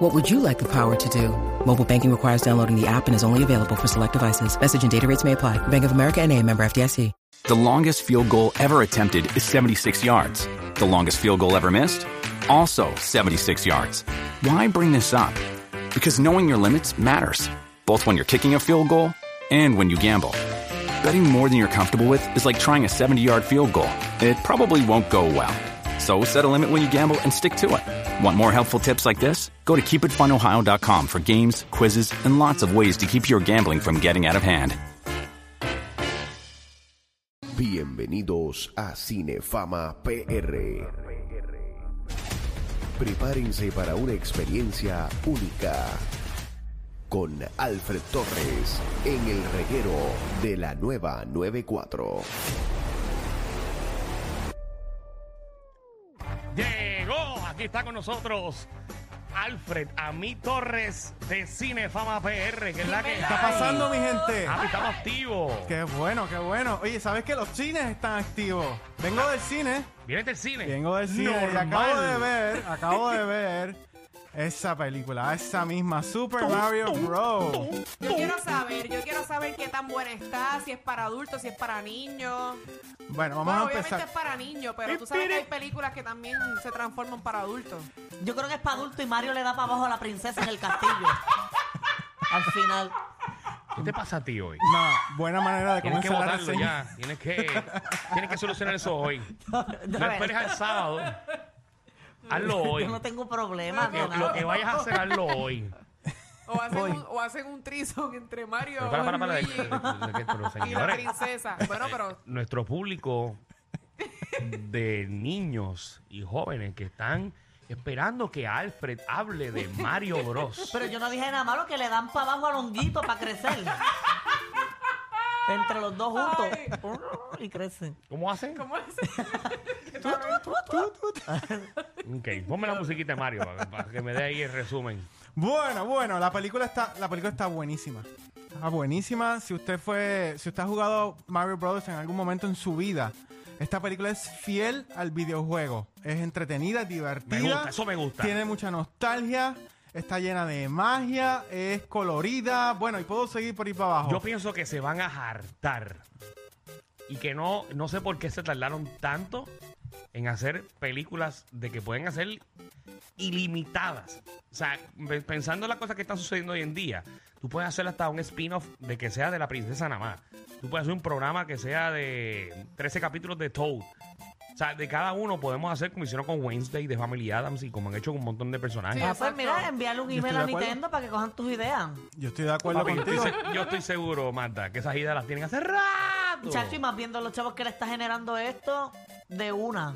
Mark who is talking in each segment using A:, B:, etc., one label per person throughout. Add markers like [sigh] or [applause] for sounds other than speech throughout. A: What would you like the power to do? Mobile banking requires downloading the app and is only available for select devices. Message and data rates may apply. Bank of America and a member FDIC.
B: The longest field goal ever attempted is 76 yards. The longest field goal ever missed? Also 76 yards. Why bring this up? Because knowing your limits matters, both when you're kicking a field goal and when you gamble. Betting more than you're comfortable with is like trying a 70 yard field goal. It probably won't go well. So set a limit when you gamble and stick to it. Want more helpful tips like this? Go to keepitfunohio.com for games, quizzes, and lots of ways to keep your gambling from getting out of hand.
C: Bienvenidos a Cinefama PR. Prepárense para una experiencia única con Alfred Torres en el reguero de la nueva 94.
D: Llegó, aquí está con nosotros Alfred Ami Torres de Cinefama PR, que es la que
E: ¿Qué está pasando, mi gente?
D: Papi, estamos activos.
E: Qué bueno, qué bueno. Oye, ¿sabes que los cines están activos? Vengo del cine.
D: Vienes del cine.
E: Vengo del cine. Y
D: Normal.
E: acabo de ver, acabo de ver esa película, esa misma, Super Mario Bros.
F: Yo quiero saber, yo quiero saber qué tan buena está, si es para adultos, si es para niños.
E: Bueno, vamos
F: Bueno,
E: a
F: obviamente
E: empezar.
F: es para niños, pero tú sabes que hay películas que también se transforman para adultos.
G: Yo creo que es para adulto y Mario le da para abajo a la princesa en el castillo. Al final.
D: ¿Qué te pasa a ti hoy?
E: Una buena manera de
D: Tienes que
E: comenzar la
D: votarlo
E: reseña.
D: ya. Tienes que, tienes que solucionar eso hoy. No esperes al sábado. Hazlo hoy.
G: Yo no tengo problema de
D: Lo-
G: nada.
D: Lo que vayas a hacer, hazlo hoy.
F: O hacen,
E: Voy.
F: un, o hacen un trison [laughs] entre Mario
D: Pero para, para, para.
F: Luigi
D: Pero,
F: [laughs] y la
D: señores,
F: princesa. Bueno, pero
D: nuestro público de niños y jóvenes que están esperando que Alfred hable de Mario Bros.
G: Pero yo no dije nada malo que le dan para abajo al honguito para crecer. Entre los dos juntos. Y crecen.
D: ¿Cómo hacen? [laughs]
F: ¿cómo es?
D: Ok, ponme la musiquita de Mario para, para que me dé ahí el resumen.
E: Bueno, bueno, la película está, la película está buenísima. Está buenísima. Si usted fue, si usted ha jugado Mario Bros. en algún momento en su vida, esta película es fiel al videojuego. Es entretenida, divertida.
D: Me gusta, eso me gusta.
E: Tiene mucha nostalgia. Está llena de magia. Es colorida. Bueno, y puedo seguir por ahí para abajo.
D: Yo pienso que se van a hartar. Y que no, no sé por qué se tardaron tanto en hacer películas de que pueden hacer ilimitadas. O sea, pe- pensando en las cosas que están sucediendo hoy en día, tú puedes hacer hasta un spin-off de que sea de la princesa nada más. Tú puedes hacer un programa que sea de 13 capítulos de Toad. O sea, de cada uno podemos hacer como hicieron con Wednesday de Family Adams y como han hecho con un montón de personajes.
F: Sí,
G: Ah, pues
F: exacto.
G: mira, envíale un
E: Yo
G: email
E: estoy
G: a
E: de acuerdo.
G: Nintendo para que cojan tus ideas.
E: Yo estoy de acuerdo
D: Papi, yo estoy
E: contigo.
D: se- yo estoy seguro, Marta, que esas ideas las tienen hace rato.
G: Chacho, y más viendo los chavos que le está generando esto de una.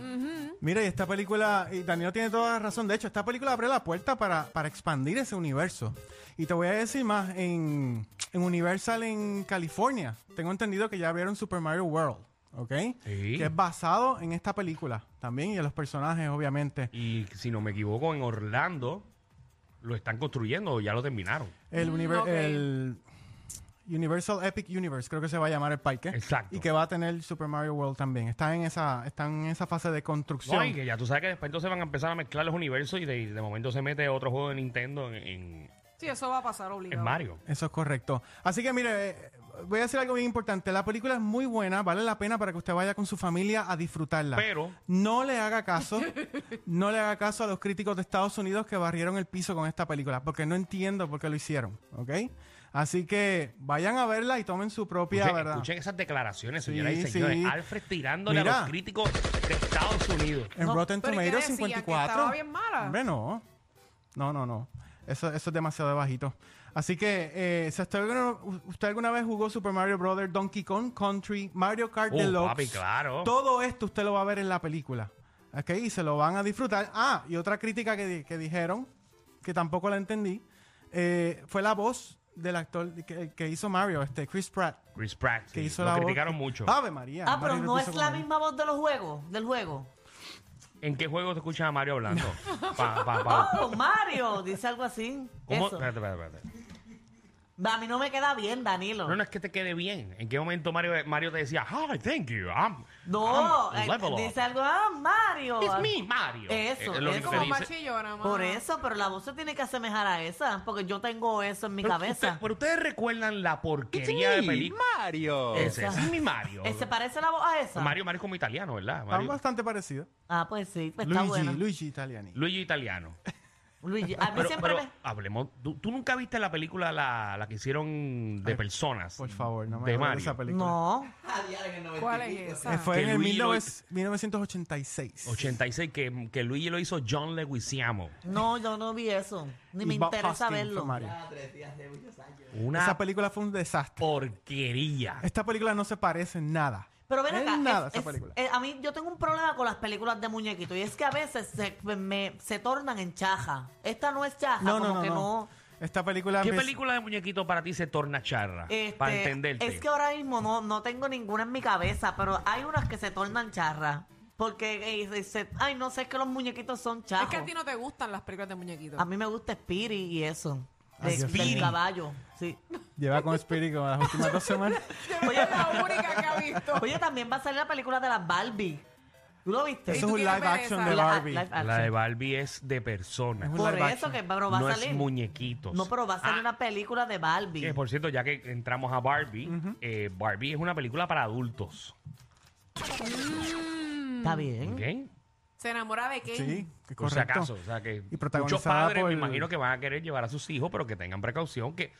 E: Mira, y esta película, y Daniel tiene toda la razón. De hecho, esta película abre la puerta para, para expandir ese universo. Y te voy a decir más, en, en Universal en California, tengo entendido que ya abrieron Super Mario World, ¿ok?
D: Sí.
E: Que es basado en esta película también y en los personajes, obviamente.
D: Y si no me equivoco, en Orlando lo están construyendo o ya lo terminaron.
E: El, univer-
F: ok.
E: el Universal Epic Universe, creo que se va a llamar el parque.
D: Exacto.
E: Y que va a tener Super Mario World también. Está en esa, está en esa fase de construcción.
D: No, y que ya tú sabes que después entonces van a empezar a mezclar los universos y de, de momento se mete otro juego de Nintendo en, en-
F: Sí, eso va a pasar obligado.
D: en Mario.
E: Eso es correcto. Así que mire, eh, voy a decir algo bien importante. La película es muy buena, vale la pena para que usted vaya con su familia a disfrutarla.
D: Pero-
E: no le haga caso, [laughs] no le haga caso a los críticos de Estados Unidos que barrieron el piso con esta película, porque no entiendo por qué lo hicieron, ¿ok? Así que vayan a verla y tomen su propia,
D: Escuchen,
E: ¿verdad?
D: escuchen esas declaraciones,
E: Sí,
D: señoras y señores.
E: sí.
D: Alfred tirándole a
E: Mira.
D: los críticos de Estados Unidos.
E: En
G: No,
E: Rotten
F: pero ¿y qué
E: Tomatoes
F: decían? ¿Que
E: 54.
F: estaba bien mala?
E: Hombre, no. No, no, no. Eso, eso es demasiado bajito. Así que, eh, si usted, alguna- usted alguna vez jugó Super Mario Bros., Donkey Kong Country, Mario Kart
D: Uh,
E: Deluxe,
D: papi, claro.
E: todo esto usted lo va a ver en la película. ¿Ok? Y se lo van a disfrutar. Ah, y otra crítica que, di- que dijeron, que tampoco la entendí, eh, fue la voz del actor que, que hizo Mario, este Chris Pratt,
D: Chris Pratt.
E: que
D: sí,
E: hizo
D: lo
E: la voz-
D: criticaron mucho.
E: Ave María.
G: Ah, pero
E: Mario
G: no
E: lo puso
G: es la
E: como-
G: misma voz de los juegos, del juego.
D: ¿En qué juego te escuchas a Mario hablando? [laughs] Pa, pa, pa.
G: Oh, Mario, dice algo así.
D: ¿Cómo?
G: Eso.
D: Espérate, espérate, espérate.
G: A mí no me queda bien, Danilo.
D: No, no es que te quede bien. ¿En qué momento Mario, Mario te decía, Hi, thank you, I'm,
G: No,
D: I'm
G: eh,
D: level up"?
G: dice algo, ah, Mario.
D: It's me, Mario.
G: Eso,
D: Eh, lo que
G: eso.
D: te
F: Como
D: dice.
F: machillona,
G: Por
F: mano.
G: eso, pero la voz se tiene que asemejar a esa, porque yo tengo eso en mi
D: Pero
G: cabeza.
D: usted- pero ustedes recuerdan la porquería de película.
H: Mario.
D: Ese
G: Esa.
D: es mi Mario.
G: Eh, ¿Se parece la voz a esa?
D: Mario, Mario es como italiano, ¿verdad?
E: Están
D: Mario-
E: bastante parecidos.
G: Ah, pues sí, pues está
E: Luigi,
G: bueno.
E: Luigi Italiani.
D: Luigi italiano.
G: Luigi, A mí
D: Pero,
G: siempre
D: pero
G: me...
D: hablemos. ¿tú, tú nunca viste la película la, la que hicieron de personas?
E: Por favor, no me
D: De
E: acuerdo
D: Mario.
E: de esa película.
G: No,
F: ¿Cuál es esa?
E: Eh, fue
D: Que
E: en el
D: Luigi lo-
E: 19- 1986.
D: 86, que, que Luigi lo hizo John Leguizamo.
G: no, yo no vi eso. Ni
E: Y
G: me
E: Bob
G: interesa
E: Hoskins fue
G: verlo.
E: Mario.
D: Una
E: Esa película fue un desastre.
D: porquería.
E: Esta película no se parece en nada.
G: Pero ven
E: En
G: acá,
E: nada
G: es-
E: esa
G: es-
E: película.
G: eh, a mí yo tengo un problema con las películas de muñequito y es que a veces se, me- se tornan en chaja. Esta no es chaja,
E: no,
G: Ah, como
E: no, no,
G: que no.
E: no. Esta película
D: ¿Qué
E: empieza-
D: película de muñequito para ti se torna charra?
G: Este,
D: para entenderte.
G: Es que ahora mismo no, no tengo ninguna en mi cabeza, pero hay unas que se tornan charras. Porque, eh, se- se- ay, no sé, es que los muñequitos son
F: Es
G: charros.
F: que a ti no te gustan las películas de muñequitos.
G: A mí me gusta Spirit y eso.
E: Ay,
G: De,
E: Dios
G: del
E: mío.
G: caballo, sí.
E: Lleva con Spirit como las últimas dos semanas.
G: [laughs]
F: Oye, [laughs] es la única que ha visto.
G: Oye, también va a salir la película de las Barbie. ¿Tú lo
E: Eso
G: viste?
E: es
F: tú
E: un live
F: tienes pereza.
E: action de
G: La-
E: Barbie.
G: live action.
D: la de Barbie es de persona.
E: Es un
G: Por
E: live
G: eso
E: action.
G: que pero va
D: no
G: a salir.
D: es muñequitos.
G: No, pero va a salir
D: Ah,
G: una película de Barbie.
D: que, por cierto, ya que entramos a Barbie, eh, Barbie es una película para adultos.
G: Está bien.
D: ¿Ok?
F: Se enamora de Ken. [laughs]
E: Sí, que
D: Por si
E: correcto.
D: acaso. O sea, que
E: Y
D: muchos
E: protagonizada
D: padres
E: por-
D: me imagino que van a querer llevar a sus hijos, pero que tengan precaución que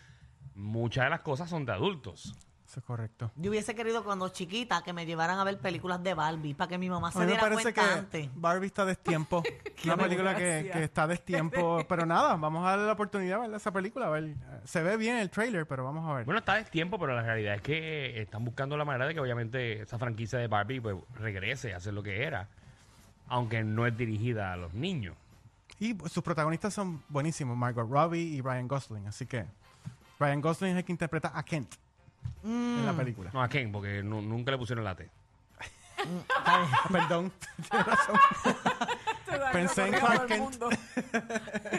D: muchas de las cosas son de adultos.
E: Eso es correcto.
G: Yo hubiese querido cuando chiquita que me llevaran a ver películas de Barbie para que mi mamá
E: A
G: se
E: mí me
G: diera
E: parece
G: cuenta
E: que
G: antes.
E: Barbie está a
G: [laughs]
E: destiempo. una película que,
F: desgracia.
E: que está a destiempo. pero nada, vamos a darle la oportunidad de ver esa película. a ver. Eh, Se ve bien el trailer, pero vamos a ver.
D: Bueno, está de tiempo, pero la realidad es que eh, están buscando la manera de que obviamente esa franquicia de Barbie pues, regrese a ser lo que era, aunque no es dirigida a los niños.
E: Y sus protagonistas son buenísimos, Margot Robbie y Ryan Gosling. Así que Ryan Gosling es el que interpreta a Kent en
G: Mm.
E: la película.
D: No, a Ken, porque nu- nunca le pusieron la T.
E: Ah,
G: [laughs]
E: Perdón, tienes razón. Pensé en Clark Kent. [laughs]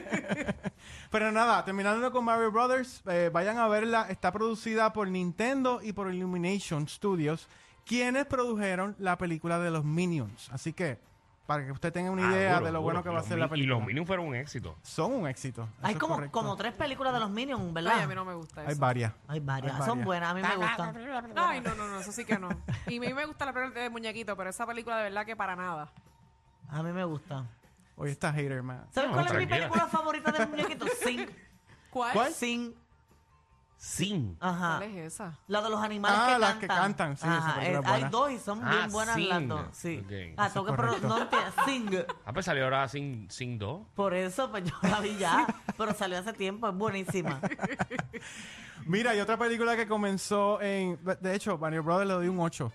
E: Pero nada, terminando con Mario Brothers, eh, vayan a verla. Está producida por Nintendo y por Illumination Studios, quienes produjeron la película de los Minions. Así que, para que usted tenga una idea
D: Ah, duro,
E: de lo
D: duro.
E: bueno que va a
D: Y
E: ser
D: los
E: la
D: Min- Y
E: película.
D: los Minions fueron un éxito.
E: Son un éxito. eso
G: Hay
E: es
G: como,
E: correcto.
G: como tres películas de los Minions,
F: Ay, a
G: ¿verdad?
F: mí no me gusta eso.
E: Hay varias.
G: Hay varias.
E: Hay
G: Son
E: varias.
G: buenas, a mí me gustan.
F: Ay, no, no, no, eso sí que no. Y a mí me gusta la película de muñequito, pero esa película de verdad que para nada.
G: A mí me gustan.
E: Hoy está hater, man.
G: ¿Sabes
D: No,
G: cuál es mi
D: tranquila.
G: película favorita de
E: [laughs]
G: muñequitos? Sing.
F: ¿Cuál?
G: Sing.
D: Sin.
G: Ajá.
F: ¿Cuál es esa?
G: La de los animales
E: Ah,
G: que
E: las
G: cantan.
E: que cantan, sí, esa
G: Ajá,
E: película
G: eh,
E: es
G: Hay
E: buena.
G: dos y son
D: Ah,
G: bien buenas las
D: Sing.
G: dos. Sí.
D: Ok.
G: Ah,
E: Eso
G: tengo que
E: es correcto.
G: pronunciar. Sing.
D: Ah, pues salió ahora sin, sin dos.
G: Por eso, pues yo la vi ya. pero salió hace tiempo. Es buenísima.
E: Mira, y otra película que comenzó en. De hecho, Mario Brothers le doy un 8.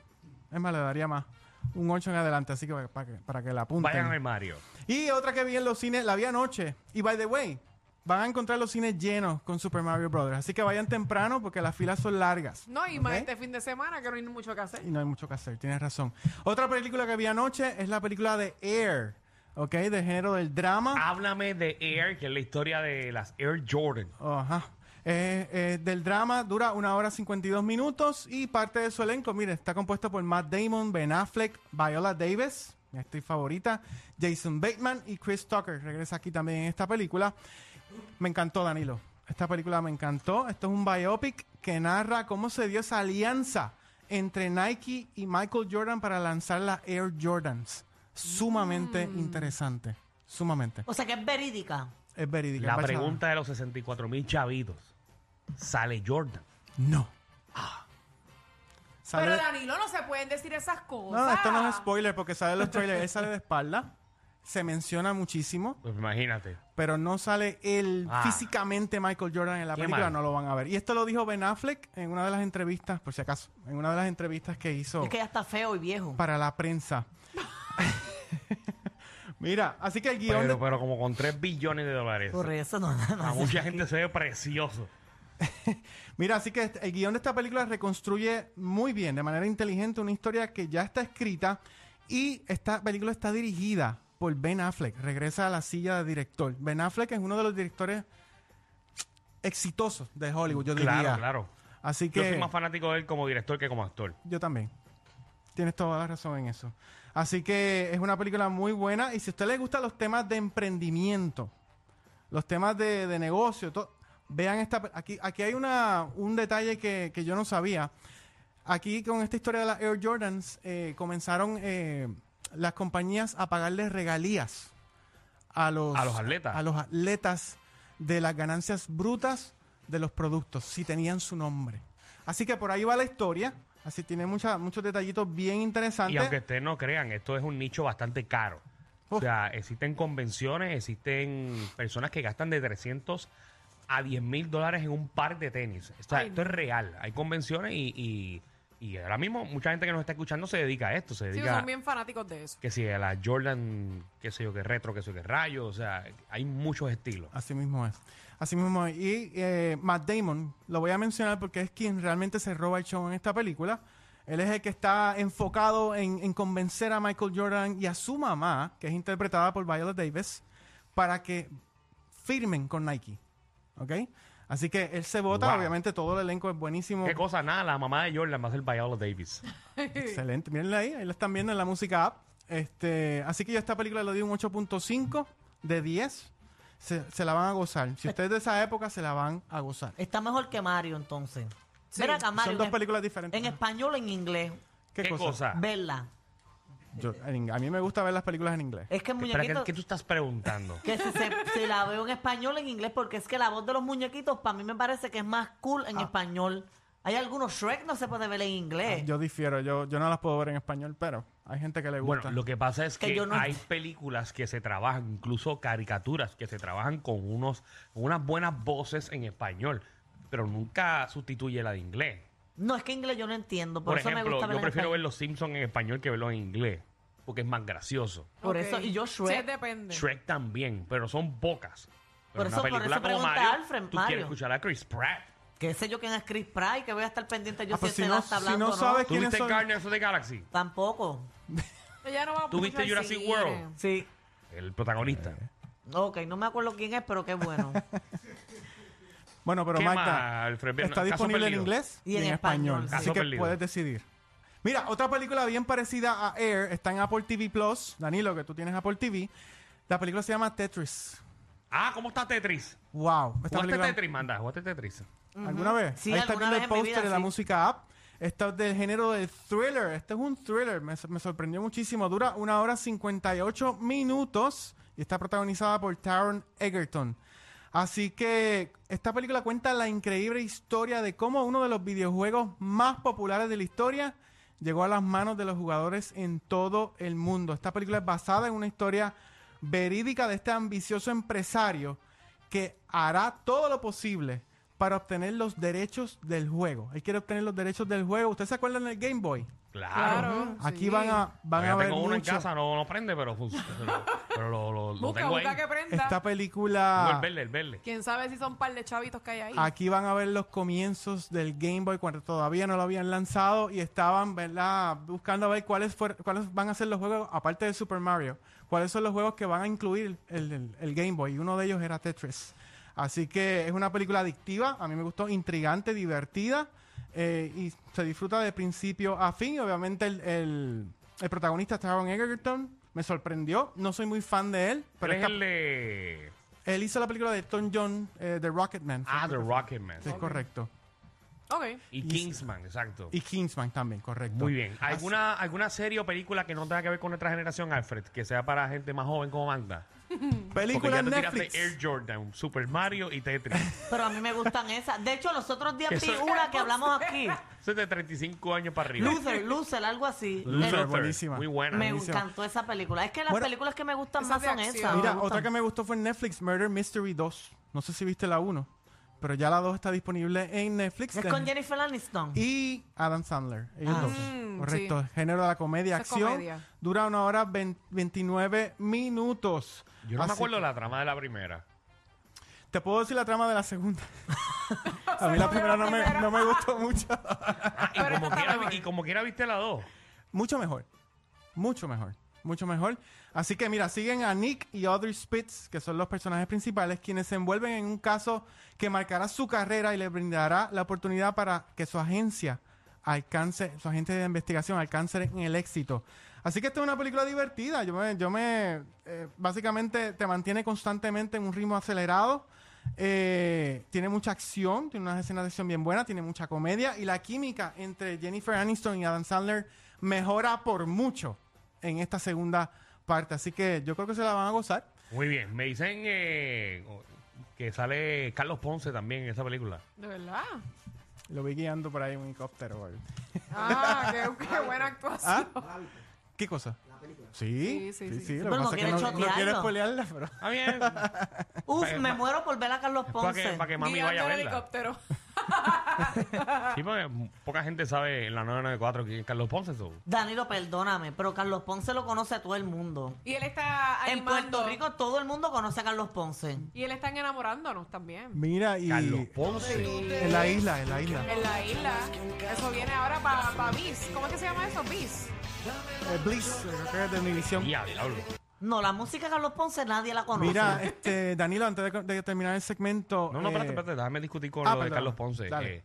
E: Es más, le daría más. Un 8 en adelante, así que para, para que, para que la apunten.
D: Vayan a ver Mario.
E: Y otra que vi en los cines, la vi anoche. Y by the way, van a encontrar los cines llenos con Super Mario Brothers. Así que vayan temprano porque las filas son largas.
F: No, y más
E: ¿Ok?
F: este fin de semana que no hay mucho que hacer.
E: Y no hay mucho que hacer, tienes razón. Otra película que vi anoche es la película de Air, ¿ok? De género del drama.
D: Háblame de Air, que es la historia de las Air Jordan.
E: Ajá. Eh, eh, del drama dura una hora 52 minutos y parte de su elenco, mire, está compuesto por Matt Damon, Ben Affleck, Viola Davis, mi actriz favorita, Jason Bateman y Chris Tucker. Regresa aquí también en esta película. Me encantó, Danilo. Esta película me encantó. Esto es un biopic que narra cómo se dio esa alianza entre Nike y Michael Jordan para lanzar las Air Jordans. Sumamente interesante. Sumamente.
G: O sea que es verídica.
E: Es verídica.
D: La
E: es basada-
D: pregunta de los 64 mil chavitos. ¿Sale Jordan?
E: No.
D: Ah.
E: Sale-
F: Pero Danilo, no se pueden decir esas cosas.
E: no, esto no es spoiler porque sale los trailers. Él sale de espalda. Se menciona muchísimo,
D: Pues imagínate.
E: pero no sale él
D: Ah.
E: físicamente Michael Jordan en la
D: Qué
E: película,
D: mal.
E: no lo van a ver. Y esto lo dijo Ben Affleck en una de las entrevistas, por si acaso, en una de las entrevistas que hizo
G: Es que ya está feo y viejo.
E: para
D: [laughs]
E: la prensa. Mira, así que el guión...
D: Pero,
E: de-
D: pero como con 3 billones de dólares.
G: Por eso no, no, no.
D: A mucha gente se ve precioso.
E: Mira, así que este- el guión de esta película reconstruye muy bien, de manera inteligente, una historia que ya está escrita y esta película está dirigida por Ben Affleck. Regresa a la silla de director. Ben Affleck es uno de los directores exitosos de Hollywood, yo diría.
D: Claro, claro.
E: Así que
D: Yo soy más fanático de él como director que como actor.
E: yo también. Tienes toda la razón en eso. Así que es una película muy buena. Y si a usted le gustan los temas de emprendimiento, los temas de, de negocio, to- vean esta. pe- Aquí, aquí hay una, un detalle que, que yo no sabía. Aquí con esta historia de las Air Jordans eh, comenzaron eh, las compañías a pagarles regalías a los,
D: A los atletas.
E: a los atletas de las ganancias brutas de los productos, si tenían su nombre. Así que por ahí va la historia. Así tiene mucha, muchos detallitos bien interesantes.
D: Y aunque ustedes no crean, esto es un nicho bastante caro. O
E: Uf.
D: sea, existen convenciones, existen personas que gastan de 300 a 10 mil dólares en un par de tenis. O sea, esto es real. Hay convenciones y, y- y ahora mismo mucha gente que nos está escuchando se dedica a esto. Se
F: Sí,
D: dedica
F: son bien fanáticos de eso.
D: que si a la Jordan, qué sé yo, que retro, qué sé yo, que rayo. O sea, hay muchos
F: Ah,
D: estilos.
E: Así mismo es. Así mismo es. Y eh, Matt Damon, lo voy a mencionar porque es quien realmente se roba el show en esta película. Él es el que está enfocado en, en convencer a Michael Jordan y a su mamá, que es interpretada por Viola Davis, para que firmen con Nike. ¿Ok? Así que él se vota,
D: Wow.
E: obviamente todo el elenco es buenísimo.
D: ¿Qué cosa? Nada, la mamá de Jordan va a ser Viola
F: [laughs]
D: Davis.
E: Excelente, mírenla ahí, ahí la están viendo en la música app. Este, así que yo a esta película le di un 8.5 de 10. Se, se la van a gozar. Si ustedes de esa época, se la van a gozar.
G: Está mejor que Mario entonces.
F: Sí.
G: Ven acá, Mario.
E: Son dos
G: en-
E: películas diferentes.
G: En español o en inglés.
D: ¿Qué, cosa?
G: Verla.
E: Yo- en ing- a mí me gusta ver las películas en inglés.
G: Es que el
D: Espera, ¿qué,
G: muñequito.
D: qué tú estás preguntando?
G: Que si, se- si la veo en español en inglés, porque es que la voz de los muñequitos para mí me parece que es más cool en español. Hay algunos Shrek no se puede ver en inglés.
E: Yo difiero, yo, yo no las puedo ver en español, pero hay gente que le gusta.
D: Bueno, lo que pasa es
G: Que
D: que,
G: yo no-
D: hay películas que se trabajan, incluso caricaturas que se trabajan con unos con unas buenas voces en español, pero nunca sustituye la de inglés.
G: No, es que inglés yo no entiendo. Por,
D: Por,
G: eso me
D: ejemplo,
G: gusta
D: yo
G: verla en
D: prefiero ver
G: español.
D: Los Simpsons en español que verlos en inglés, porque es más gracioso.
G: Por
F: Ok.
G: eso, y yo Shrek.
F: Sí, depende.
D: Shrek también, pero son pocas. Pero
G: Por
D: en una
G: eso- por
D: película
G: eso
D: como
G: pregunta
D: Mario,
G: Alfred,
D: tú
G: Mario.
D: quieres escuchar a Chris Pratt.
G: Que sé yo quién es Chris Pratt, que voy a estar pendiente yo
E: Ah, pues
G: si,
E: si
G: ese
E: no-
G: está
E: si
G: hablando
E: no
G: o no.
E: sabes-
D: ¿Tú
E: ¿Quiénes
D: viste
E: son?
D: Guardians of the Galaxy?
G: Tampoco.
F: Ella no va a
D: ¿Tú viste
F: mucho al
D: Jurassic
F: cine.
D: World?
G: Sí.
D: El protagonista.
E: Eh.
G: Ok, no me acuerdo quién es, pero qué bueno.
E: bueno, pero
D: ¿Qué
E: Marta,
D: más, Alfred? No,
E: está
D: Caso
E: disponible en
D: Perdido.
E: inglés
G: Y en español, sí.
E: así
D: Caso
E: que
D: Perdido.
E: puedes decidir. Mira, otra película bien parecida a Air está en Apple TV Plus. Danilo, que tú tienes Apple TV. La película se llama Tetris.
D: Ah, ¿cómo está Tetris?
E: Wow, esta
D: ¿Jugaste
E: película-
D: Tetris, manda? ¿Jugaste Tetris?
E: ¿Alguna vez?
G: Sí,
E: Ahí está
G: alguna
E: viendo
G: vez
E: el
G: en mi vida,
E: póster de la
G: sí.
E: música app. Esta es del género del thriller. Este es un thriller. Me, me sorprendió muchísimo. Dura una hora 58 minutos y está protagonizada por Taron Egerton. Así que esta película cuenta la increíble historia de cómo uno de los videojuegos más populares de la historia llegó a las manos de los jugadores en todo el mundo. Esta película es basada en una historia verídica de este ambicioso empresario que hará todo lo posible para obtener los derechos del juego. Él quiere obtener los derechos del juego. ¿Ustedes se acuerdan del Game Boy?
D: Claro. Ah,
F: Claro.
E: Aquí
F: sí.
E: van a, van
D: Yo
E: a ver
D: tengo uno en
E: mucho.
D: casa, no, no prende, pero,
E: [laughs]
D: fun- pero, pero lo, lo- lo
F: Busca,
D: tengo ahí.
F: busca que prenda.
E: Esta
D: Tengo el
E: película...
D: verde, el verde.
F: Quién sabe si son un par de chavitos que hay ahí.
E: Aquí van a ver los comienzos del Game Boy cuando todavía no lo habían lanzado y estaban, ¿verdad? Buscando a ver cuáles, fuer- cuáles van a ser los juegos, aparte de Super Mario, cuáles son los juegos que van a incluir el, el- el Game Boy. Y uno de ellos era Tetris. Así que es una película adictiva, a mí me gustó, intrigante, divertida eh, y se disfruta de principio a fin. Y Obviamente el, el- el protagonista, Taron Egerton, me sorprendió. No soy muy fan de él,
D: Pero
E: pero
D: es
E: esta-
D: el de...
E: él hizo la película de Elton John, eh, The Rocketman.
D: Ah, The Rocketman.
E: Sí, es correcto.
F: Ok.
D: Y Kingsman, exacto.
E: Y Kingsman también, correcto.
D: Muy bien. ¿Alguna, ¿Alguna serie o película que no tenga que ver con nuestra generación, Alfred? Que sea para gente más joven como Magda. Porque
E: Película
D: ya
E: en
D: te
E: Netflix.
D: tiraste Air Jordan, Super Mario y
E: [laughs]
D: Tetris.
G: Pero a mí me gustan esas. De hecho, los otros días vi
D: Eso-
G: una que hablamos aquí.
D: Eso es de 35 años para arriba.
G: Luther, Luther, algo así.
D: Luther,
E: Luther, buenísima.
D: Muy buena.
G: Me
E: Buenísima.
G: encantó esa película. Es que las
E: Bueno,
G: películas que me gustan
F: esa
G: más
F: de
G: son
F: acción.
G: esas.
E: Mira,
G: me
E: otra
G: gustan.
E: que me gustó fue en Netflix, Murder Mystery 2. No sé si viste la 1, pero ya la 2 está disponible en Netflix.
G: Es
E: De-
G: con Jennifer Aniston.
E: Y Adam Sandler. Ellos
G: Ah.
E: dos.
F: Mm,
E: Correcto. Género de la comedia,
F: Eso es
E: acción.
F: comedia.
E: Dura una hora vein- 29 minutos.
D: Yo no me
E: Así-
D: acuerdo la trama de la primera.
E: Te puedo decir la trama de la segunda. A mí la primera no me, no me gustó mucho.
D: Ah, y, como
F: Pero esta está
D: quiera,
F: mejor.
D: y como quiera viste la 2.
E: Mucho mejor. Mucho mejor. Mucho mejor. Así que mira, siguen a Nick y Audrey Spitz, que son los personajes principales, quienes se envuelven en un caso que marcará su carrera y le brindará la oportunidad para que su agencia alcance, su agente de investigación alcance en el éxito. Así que esta es una película divertida. Yo me, yo me eh, básicamente te mantiene constantemente en un ritmo acelerado. Eh, tiene mucha acción, tiene unas escenas de acción bien buenas, tiene mucha comedia y la química entre Jennifer Aniston y Adam Sandler mejora por mucho en esta segunda parte. Así que yo creo que se la van a gozar.
D: Muy bien. Me dicen eh, que sale Carlos Ponce también en esa película.
F: De verdad.
E: Lo vi guiando por ahí en un helicóptero. güey.
F: Ah, qué, qué buena actuación.
E: ¿Qué cosa? Sí, sí,
F: Sí, sí,
E: sí.
F: sí.
E: lo
G: Pero
E: que pasa
G: no
E: es que
G: quiere
E: no, no
G: chotearlo.
E: quiero spoilearla, pero...
D: Ah, bien. [laughs] para
G: Uf,
D: Pa-
G: me
D: pa-
G: muero por ver a Carlos
D: que,
G: Ponce.
D: pa' que mami
F: Guiando
D: vaya a
F: el
D: verla.
F: helicóptero.
G: Ah.
D: Sí, porque poca gente sabe en la 994 quién es Carlos Ponce. so.
G: Danilo, perdóname, pero Carlos Ponce lo conoce a todo el mundo.
F: Y él está
G: En
F: animando.
G: Puerto Rico todo el mundo conoce a Carlos Ponce.
F: Y él está enamorándonos también.
E: Mira, y...
D: Carlos Ponce.
E: En la isla, en la isla.
F: En la isla. Eso viene ahora para pa Bis. ¿Cómo es que se llama eso? Bis.
E: Eh, Bliss, creo que es de Univision.
D: Ya, diablo.
G: No, la música de Carlos Ponce nadie la conoce.
E: Mira, este, Danilo, antes de, de terminar el segmento...
D: No, no,
E: eh,
D: espérate, espérate. Déjame discutir con
E: ah,
D: lo de
E: perdón.
D: Carlos Ponce.
E: Dale.
D: Eh,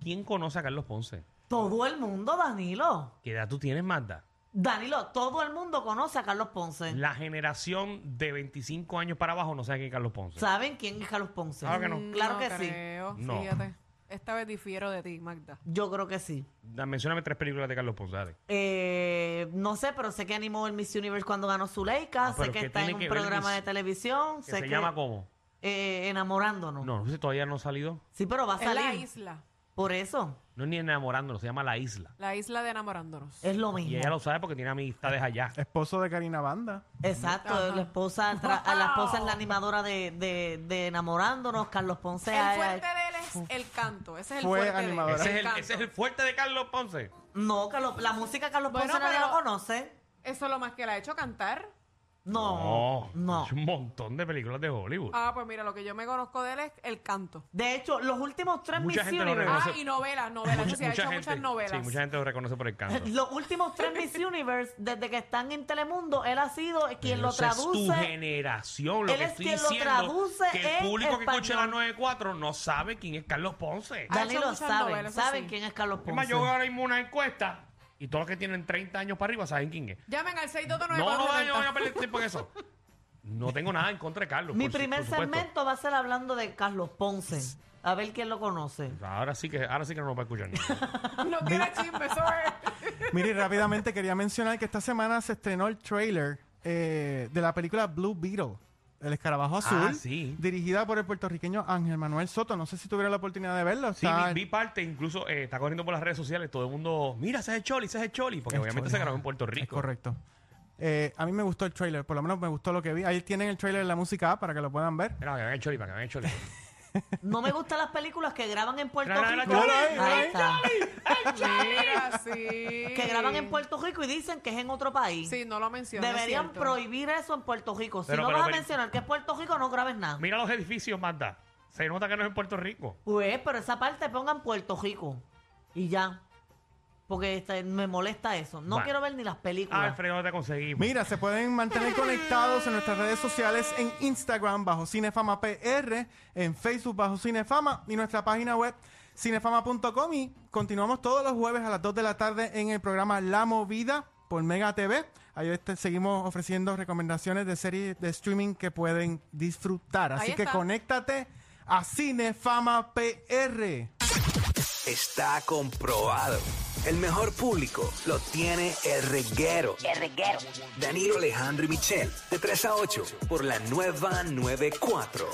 D: ¿Quién conoce a Carlos Ponce?
G: Todo el mundo, Danilo.
D: ¿Qué edad tú tienes, Magda?
G: Danilo, todo el mundo conoce a Carlos Ponce.
D: La generación de 25 años para abajo no sabe quién es Carlos Ponce.
G: ¿Saben quién es Carlos Ponce?
D: Claro que no.
G: Claro que sí.
F: creo.
D: No.
F: Fíjate. Esta vez difiero de ti, Magda.
G: Yo creo que sí.
D: Da- Mencióname tres películas de Carlos Ponce. dale.
G: Eh, no sé, pero sé que animó el Miss Universe cuando ganó Zuleika.
D: Ah,
G: sé
D: pero
G: que
D: ¿qué
G: está
D: tiene
G: en un
D: que ver
G: programa
D: Miss-
G: de televisión.
D: Que
G: sé
D: se
G: que,
D: llama cómo?
G: eh, enamorándonos.
D: No, no sé si todavía no ha salido.
G: Sí, pero va a
F: Es la
G: salir.
F: isla.
G: Por eso
D: No es ni enamorándonos, se llama La Isla.
F: La isla de enamorándonos.
G: es lo
D: Y
G: mismo.
D: ella lo sabe porque tiene amistades allá.
E: Esposo de Karina Banda.
G: Exacto, la esposa, tra- a la esposa es la animadora de, de- de enamorándonos, Carlos Ponce.
F: El
G: ay,
F: fuerte
G: ay.
F: de él es el canto. Ese es el
E: Fue
F: fuerte
E: animadora.
F: de él.
D: Ese es, el,
F: canto.
D: ese es el fuerte de Carlos Ponce.
G: No, Carlos- la música de Carlos
F: Bueno,
G: Ponce nadie
F: pero-
G: lo conoce.
F: Eso es lo más que la ha hecho cantar.
G: No, no.
D: Es un montón de películas de Hollywood.
F: Ah, pues mira, lo que yo me conozco de él es el canto.
G: De hecho, los últimos tres
D: Mucha
G: Miss
D: gente lo
G: Universe,
D: reconoce.
F: Ah, y novelas, novelas. que
D: Mucha-
F: se ha hecho muchas novelas.
D: Sí, mucha gente lo reconoce por el canto.
G: los últimos tres Miss Universe, desde que están en Telemundo, él ha sido [laughs] quien lo
D: Esa Es tu
G: traduce.
D: generación, lo
G: Él
D: que
G: es
D: estoy
G: quien lo
D: diciendo.
G: traduce
D: que el
G: en
D: público que escucha la
G: español.
D: 94 no sabe quién es Carlos Ponce.
F: Ah,
G: Danilo
F: Ha hecho muchas
G: saben,
F: novelas, eso
G: saben
F: sí.
G: quién es Carlos
D: es
G: Ponce.
D: más, yo hago ahora mismo una encuesta y todos los que tienen 30 años para arriba saben quién es.
F: Llamen al 629
D: No, no, yo voy a perder tiempo en eso. No tengo nada en contra de Carlos.
G: Mi
D: por su-
G: primer
D: por supuesto.
G: segmento va a ser hablando de Carlos Ponce. A ver quién lo conoce.
D: Ahora sí que, ahora sí que no nos va a escuchar. nadie.
F: No quiera chisme, eso es.
E: Mire, y rápidamente quería mencionar que esta semana se estrenó el trailer eh, de la película Blue Beetle, El Escarabajo Azul,
D: Ah, sí.
E: dirigida por el puertorriqueño Ángel Manuel Soto. No sé si tuvieron la oportunidad de verlo.
D: Sí,
E: Está-
D: vi, vi parte, incluso eh, está corriendo por las redes sociales todo el mundo, mira, ese es el Choli, ese es el Choli, porque
E: El
D: obviamente se
E: Choli.
D: grabó en Puerto
E: Es
D: Rico.
E: correcto. Eh, a mí me gustó el trailer, por lo menos me gustó lo que vi. Ahí tienen el trailer de la música para que lo puedan ver.
D: Mira, para que vean el Choli, para que vean el
E: [laughs]
D: Choli.
G: No me gustan las películas que graban en Puerto
D: No, no, no,
G: Rico.
D: Choli,
G: Ahí
E: Choli,
G: está.
F: Mira, sí.
G: Que graban en Puerto Rico y dicen que es en otro país.
F: Sí, no lo mencioné.
G: Deberían prohibir eso en Puerto Rico. Si
D: Pero-
G: no
D: pero-
G: vas a
D: pero-
G: mencionar que es Puerto Rico, no grabes nada.
D: Mira los edificios, Manda. Se nota que no es en Puerto Rico.
G: Pues, pero esa parte pongan Puerto Rico. Y ya. Porque este, me molesta eso. No
D: Bueno.
G: quiero ver ni las películas.
D: Alfredo, te conseguimos.
E: Mira, se pueden mantener conectados en nuestras redes sociales en Instagram bajo Cinefama PR, en Facebook bajo Cinefama y nuestra página web cinefama.com y continuamos todos los jueves a las 2 de la tarde en el programa La Movida por Mega TV. Ahí este- seguimos ofreciendo recomendaciones de series de streaming que pueden disfrutar. Así
F: Ahí
E: que
F: está.
E: conéctate a Cinefama PR.
H: Está comprobado. El mejor público lo tiene el reguero. El reguero. Danilo Alejandro y Michel, de 3 a 8, por la nueva 94.